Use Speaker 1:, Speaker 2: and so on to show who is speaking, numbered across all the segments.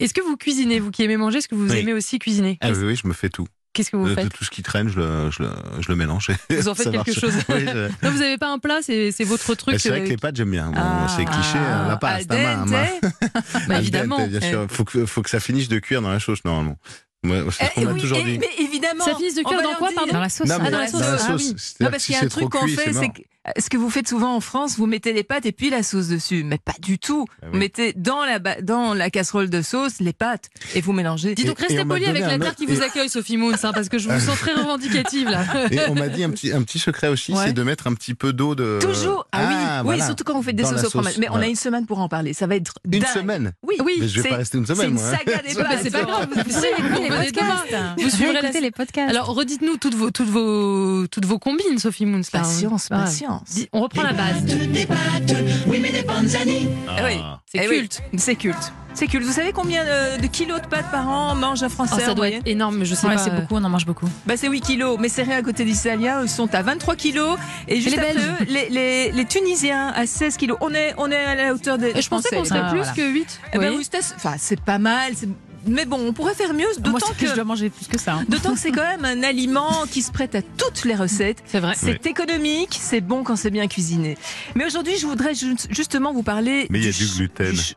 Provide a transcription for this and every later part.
Speaker 1: Est-ce que vous cuisinez, vous qui aimez manger, est-ce que vous
Speaker 2: Oui.
Speaker 1: aimez aussi cuisiner
Speaker 2: Ah oui, oui, je me fais tout.
Speaker 1: Qu'est-ce que vous
Speaker 2: De- de
Speaker 1: faites
Speaker 2: tout ce qui traîne, je le, je le- je le mélange. et
Speaker 1: Vous en faites
Speaker 2: ça
Speaker 1: quelque
Speaker 2: marche.
Speaker 1: chose
Speaker 2: Oui, je-
Speaker 1: Non, vous n'avez pas un plat, c'est c'est votre truc. euh,
Speaker 2: Mais Bah, C'est vrai que les pâtes, j'aime bien. Bon,
Speaker 1: Ah.
Speaker 2: c'est cliché, hein, la pâte,
Speaker 1: Al
Speaker 2: la main, hein.
Speaker 1: dente.
Speaker 2: main.
Speaker 1: Bah,
Speaker 2: Al
Speaker 1: évidemment.
Speaker 2: dente, bien
Speaker 1: Eh.
Speaker 2: sûr. Faut que, faut que ça finisse de cuire dans la sauce, normalement. Moi, c'est ce qu'on
Speaker 3: Eh
Speaker 2: m'a
Speaker 3: oui,
Speaker 2: toujours
Speaker 3: eh,
Speaker 2: dit.
Speaker 3: Mais évidemment.
Speaker 1: Ça finisse de
Speaker 3: on
Speaker 1: cuire
Speaker 3: va
Speaker 1: Ah, dans
Speaker 3: leur
Speaker 1: quoi,
Speaker 3: dire.
Speaker 1: pardon
Speaker 4: Dans la sauce.
Speaker 2: Non,
Speaker 4: hein.
Speaker 2: mais
Speaker 1: dans la sauce, ah oui.
Speaker 3: Non,
Speaker 2: c'est-à-dire que
Speaker 3: parce
Speaker 2: si
Speaker 3: qu'il y a un
Speaker 2: c'est
Speaker 3: truc
Speaker 2: trop
Speaker 3: qu'on
Speaker 2: cuit,
Speaker 3: fait,
Speaker 2: mort.
Speaker 3: c'est que euh, ce que vous faites souvent en France, vous mettez les pâtes et puis la sauce dessus. Mais pas du tout.
Speaker 2: Ah oui.
Speaker 3: Vous mettez dans la, ba- dans la casserole de sauce les pâtes et vous mélangez.
Speaker 1: Dis donc,
Speaker 2: Et- et
Speaker 1: restez
Speaker 2: on m'a
Speaker 1: poli
Speaker 2: donné
Speaker 1: avec la
Speaker 2: un
Speaker 1: terre
Speaker 2: autre-
Speaker 1: qui vous
Speaker 2: et-
Speaker 1: accueille, Sophie Mons, hein, parce que je vous sens très revendicative là.
Speaker 2: Et on m'a dit un petit, un petit secret aussi,
Speaker 1: Ouais.
Speaker 2: c'est de mettre un petit peu d'eau de.
Speaker 3: Toujours. Ah, oui, oui,
Speaker 2: voilà.
Speaker 3: surtout quand vous faites des
Speaker 2: Dans
Speaker 3: sauces
Speaker 2: la
Speaker 3: au fromage.
Speaker 2: sauce,
Speaker 3: Mais on a
Speaker 2: voilà.
Speaker 3: une semaine pour en parler. Ça va être
Speaker 2: Une
Speaker 3: dingue.
Speaker 2: semaine.
Speaker 3: Oui.
Speaker 1: Oui.
Speaker 2: Mais je vais
Speaker 3: c'est-
Speaker 2: pas rester une
Speaker 3: C'est
Speaker 2: semaine,
Speaker 3: une
Speaker 2: moi. hein.
Speaker 3: saga des
Speaker 1: Bah,
Speaker 3: pâtes.
Speaker 1: c'est pas grave, vous savez, vous venez
Speaker 4: les
Speaker 1: demain.
Speaker 4: podcasts.
Speaker 1: Vous suivrez la
Speaker 4: Réécoutez les podcasts.
Speaker 1: Alors, redites-nous toutes vos, toutes, vos, toutes vos combines, Sophie Moons. là.
Speaker 3: Patience,
Speaker 1: Ah.
Speaker 3: patience.
Speaker 1: Dis- On reprend la base.
Speaker 2: Ah.
Speaker 3: Ah oui.
Speaker 1: C'est
Speaker 3: Eh oui,
Speaker 1: culte.
Speaker 3: C'est culte. C'est culte. Vous savez combien euh, de kilos de pâtes par an mange un Français
Speaker 1: Oh, ça
Speaker 3: en
Speaker 1: doit
Speaker 3: moyenne
Speaker 1: être énorme, mais je sais
Speaker 4: Ouais,
Speaker 1: pas.
Speaker 4: c'est
Speaker 1: euh,
Speaker 4: beaucoup, on en mange beaucoup.
Speaker 3: Bah c'est 8 kilos, mais serrés à côté des Italiens eux, sont à 23 kilos et juste
Speaker 4: les
Speaker 3: après
Speaker 4: Belges
Speaker 3: eux, les, les- les Tunisiens à 16 kilos. On est, on est à la hauteur des.
Speaker 1: Et je pensais
Speaker 3: Français,
Speaker 1: qu'on
Speaker 3: les
Speaker 1: serait
Speaker 3: Belges.
Speaker 1: plus
Speaker 4: voilà.
Speaker 1: que 8.
Speaker 3: Eh ben, vous, c'est- enfin, c'est pas mal, c'est- mais bon, on pourrait faire mieux,
Speaker 4: Moi,
Speaker 3: d'autant
Speaker 4: c'est
Speaker 3: que,
Speaker 4: que je dois manger plus que ça. hein.
Speaker 3: d'autant que c'est quand même un aliment qui se prête à toutes les recettes.
Speaker 1: C'est vrai.
Speaker 3: C'est économique, c'est bon quand c'est bien cuisiné. Mais aujourd'hui, je voudrais ju- justement vous parler.
Speaker 2: Mais il y a
Speaker 3: ch-
Speaker 2: du gluten.
Speaker 3: ch-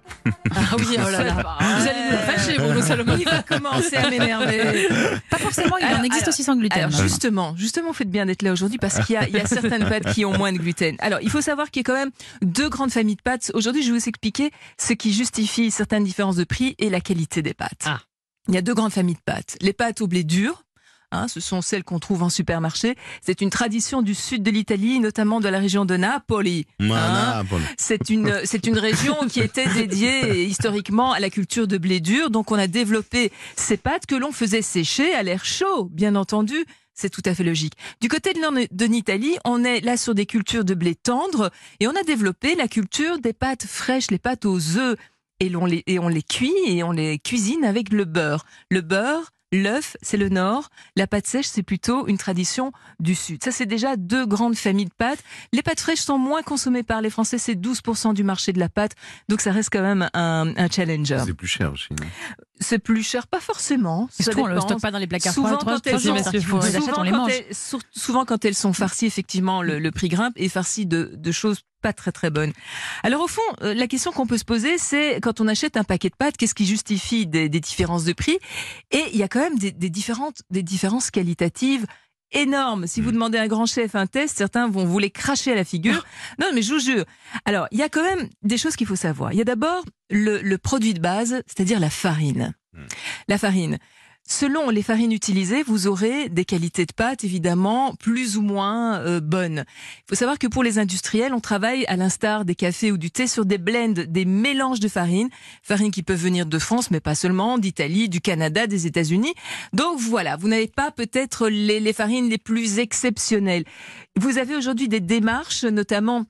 Speaker 1: Ah oui, oh là là. Vous allez nous fâcher, Bruno Salomon.
Speaker 3: Il va commencer à m'énerver.
Speaker 4: Pas forcément, il
Speaker 3: Alors,
Speaker 4: en existe
Speaker 3: alors,
Speaker 4: aussi sans gluten.
Speaker 3: Alors
Speaker 4: hein.
Speaker 3: justement, justement, faites bien d'être là aujourd'hui parce qu'il y a, il y a certaines pâtes qui ont moins de gluten. Alors il faut savoir qu'il y a quand même deux grandes familles de pâtes. Aujourd'hui, je vais vous expliquer ce qui justifie certaines différences de prix et la qualité des pâtes.
Speaker 1: Ah.
Speaker 3: Il y a deux grandes familles de pâtes. Les pâtes au blé dur. hein, ce sont celles qu'on trouve en supermarché. C'est une tradition du sud de l'Italie, notamment de la région de Napoli. Ah.
Speaker 2: Voilà, bon.
Speaker 3: C'est une, c'est une région qui était dédiée historiquement à la culture de blé dur. Donc, on a développé ces pâtes que l'on faisait sécher à l'air chaud, bien entendu. C'est tout à fait logique. Du côté de l'en- de l'Italie, on est là sur des cultures de blé tendre et on a développé la culture des pâtes fraîches, les pâtes aux œufs. Et on, les, et on les cuit et on les cuisine avec le beurre. Le beurre, l'œuf, c'est le nord. La pâte sèche, c'est plutôt une tradition du sud. Ça, c'est déjà deux grandes familles de pâtes. Les pâtes fraîches sont moins consommées par les Français, c'est 12% du marché de la pâte, donc ça reste quand même un, un challenger.
Speaker 2: C'est plus cher aussi. hein. non
Speaker 3: Ah C'est plus cher, pas forcément.
Speaker 4: C'est
Speaker 3: ça
Speaker 4: tout, on le
Speaker 3: dépend.
Speaker 4: stocke pas dans les placards.
Speaker 3: Souvent,
Speaker 4: froids,
Speaker 3: quand
Speaker 4: trois-
Speaker 3: elles
Speaker 4: trois
Speaker 1: sont-
Speaker 4: jours, il faut- on les
Speaker 3: Souvent,
Speaker 4: achète, on les
Speaker 3: quand
Speaker 4: mange.
Speaker 3: elles, sur- souvent, quand elles sont farcies, effectivement, le, le prix grimpe et farcies de, de choses pas très très bonnes. Alors au fond, euh, la question qu'on peut se poser, c'est quand on achète un paquet de pâtes, qu'est-ce qui justifie des, des différences de prix Et il y a quand même des, des différentes, des différences qualitatives énormes. Si vous demandez à un grand chef un test, certains vont vous les cracher à la figure. Non, mais je vous jure. Alors, il y a quand même des choses qu'il faut savoir. Il y a d'abord le, le produit de base, c'est-à-dire la farine. La farine. Selon les farines utilisées, vous aurez des qualités de pâtes évidemment plus ou moins euh, bonnes. Il faut savoir que pour les industriels, on travaille à l'instar des cafés ou du thé sur des blends, des mélanges de farines, farines qui peuvent venir de France, mais pas seulement, d'Italie, du Canada, des États-Unis. Donc voilà, vous n'avez pas peut-être les, les farines les plus exceptionnelles. Vous avez aujourd'hui des démarches, notamment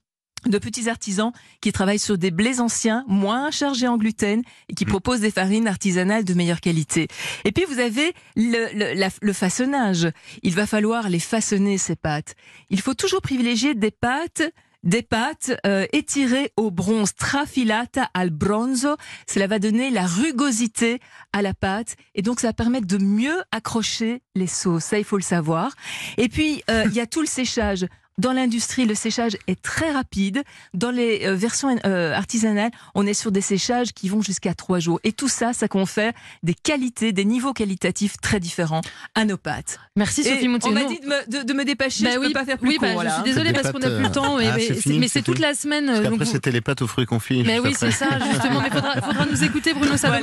Speaker 3: de petits artisans qui travaillent sur des blés anciens, moins chargés en gluten, et qui proposent des farines artisanales de meilleure qualité. Et puis vous avez le, le- la- le façonnage. Il va falloir les façonner, ces pâtes. Il faut toujours privilégier des pâtes des pâtes euh, étirées au bronze, trafilata al bronzo, cela va donner la rugosité à la pâte et donc ça va permettre de mieux accrocher les sauces, ça il faut le savoir. Et puis euh, il y a tout le séchage. Dans l'industrie, le séchage est très rapide. Dans les euh, versions euh, artisanales, on est sur des séchages qui vont jusqu'à trois jours. Et tout ça, ça confère des qualités, des niveaux qualitatifs très différents à nos pâtes.
Speaker 1: Merci,
Speaker 3: Et
Speaker 1: Ah, Sophie Moons.
Speaker 3: on m'a
Speaker 1: Non.
Speaker 3: dit de me, de- de me dépêcher,
Speaker 1: Bah
Speaker 3: je
Speaker 1: oui,
Speaker 3: peux pas faire plus
Speaker 1: oui,
Speaker 3: court,
Speaker 1: bah,
Speaker 3: voilà.
Speaker 1: je suis désolée
Speaker 2: Des
Speaker 1: parce qu'on n'a
Speaker 2: pâtes,
Speaker 1: plus le temps,
Speaker 2: euh,
Speaker 1: mais,
Speaker 2: ah,
Speaker 1: mais
Speaker 2: c'est
Speaker 1: c'est
Speaker 2: fini,
Speaker 1: mais
Speaker 2: c'est
Speaker 1: c'est toute
Speaker 2: fini.
Speaker 1: la semaine.
Speaker 2: Parce
Speaker 1: donc
Speaker 2: qu'après,
Speaker 1: vous-
Speaker 2: c'était les pâtes aux fruits confits.
Speaker 1: mais
Speaker 2: juste
Speaker 1: oui, c'est
Speaker 2: après.
Speaker 1: ça, justement. Mais faudra, faudra nous écouter, Bruno Salomon.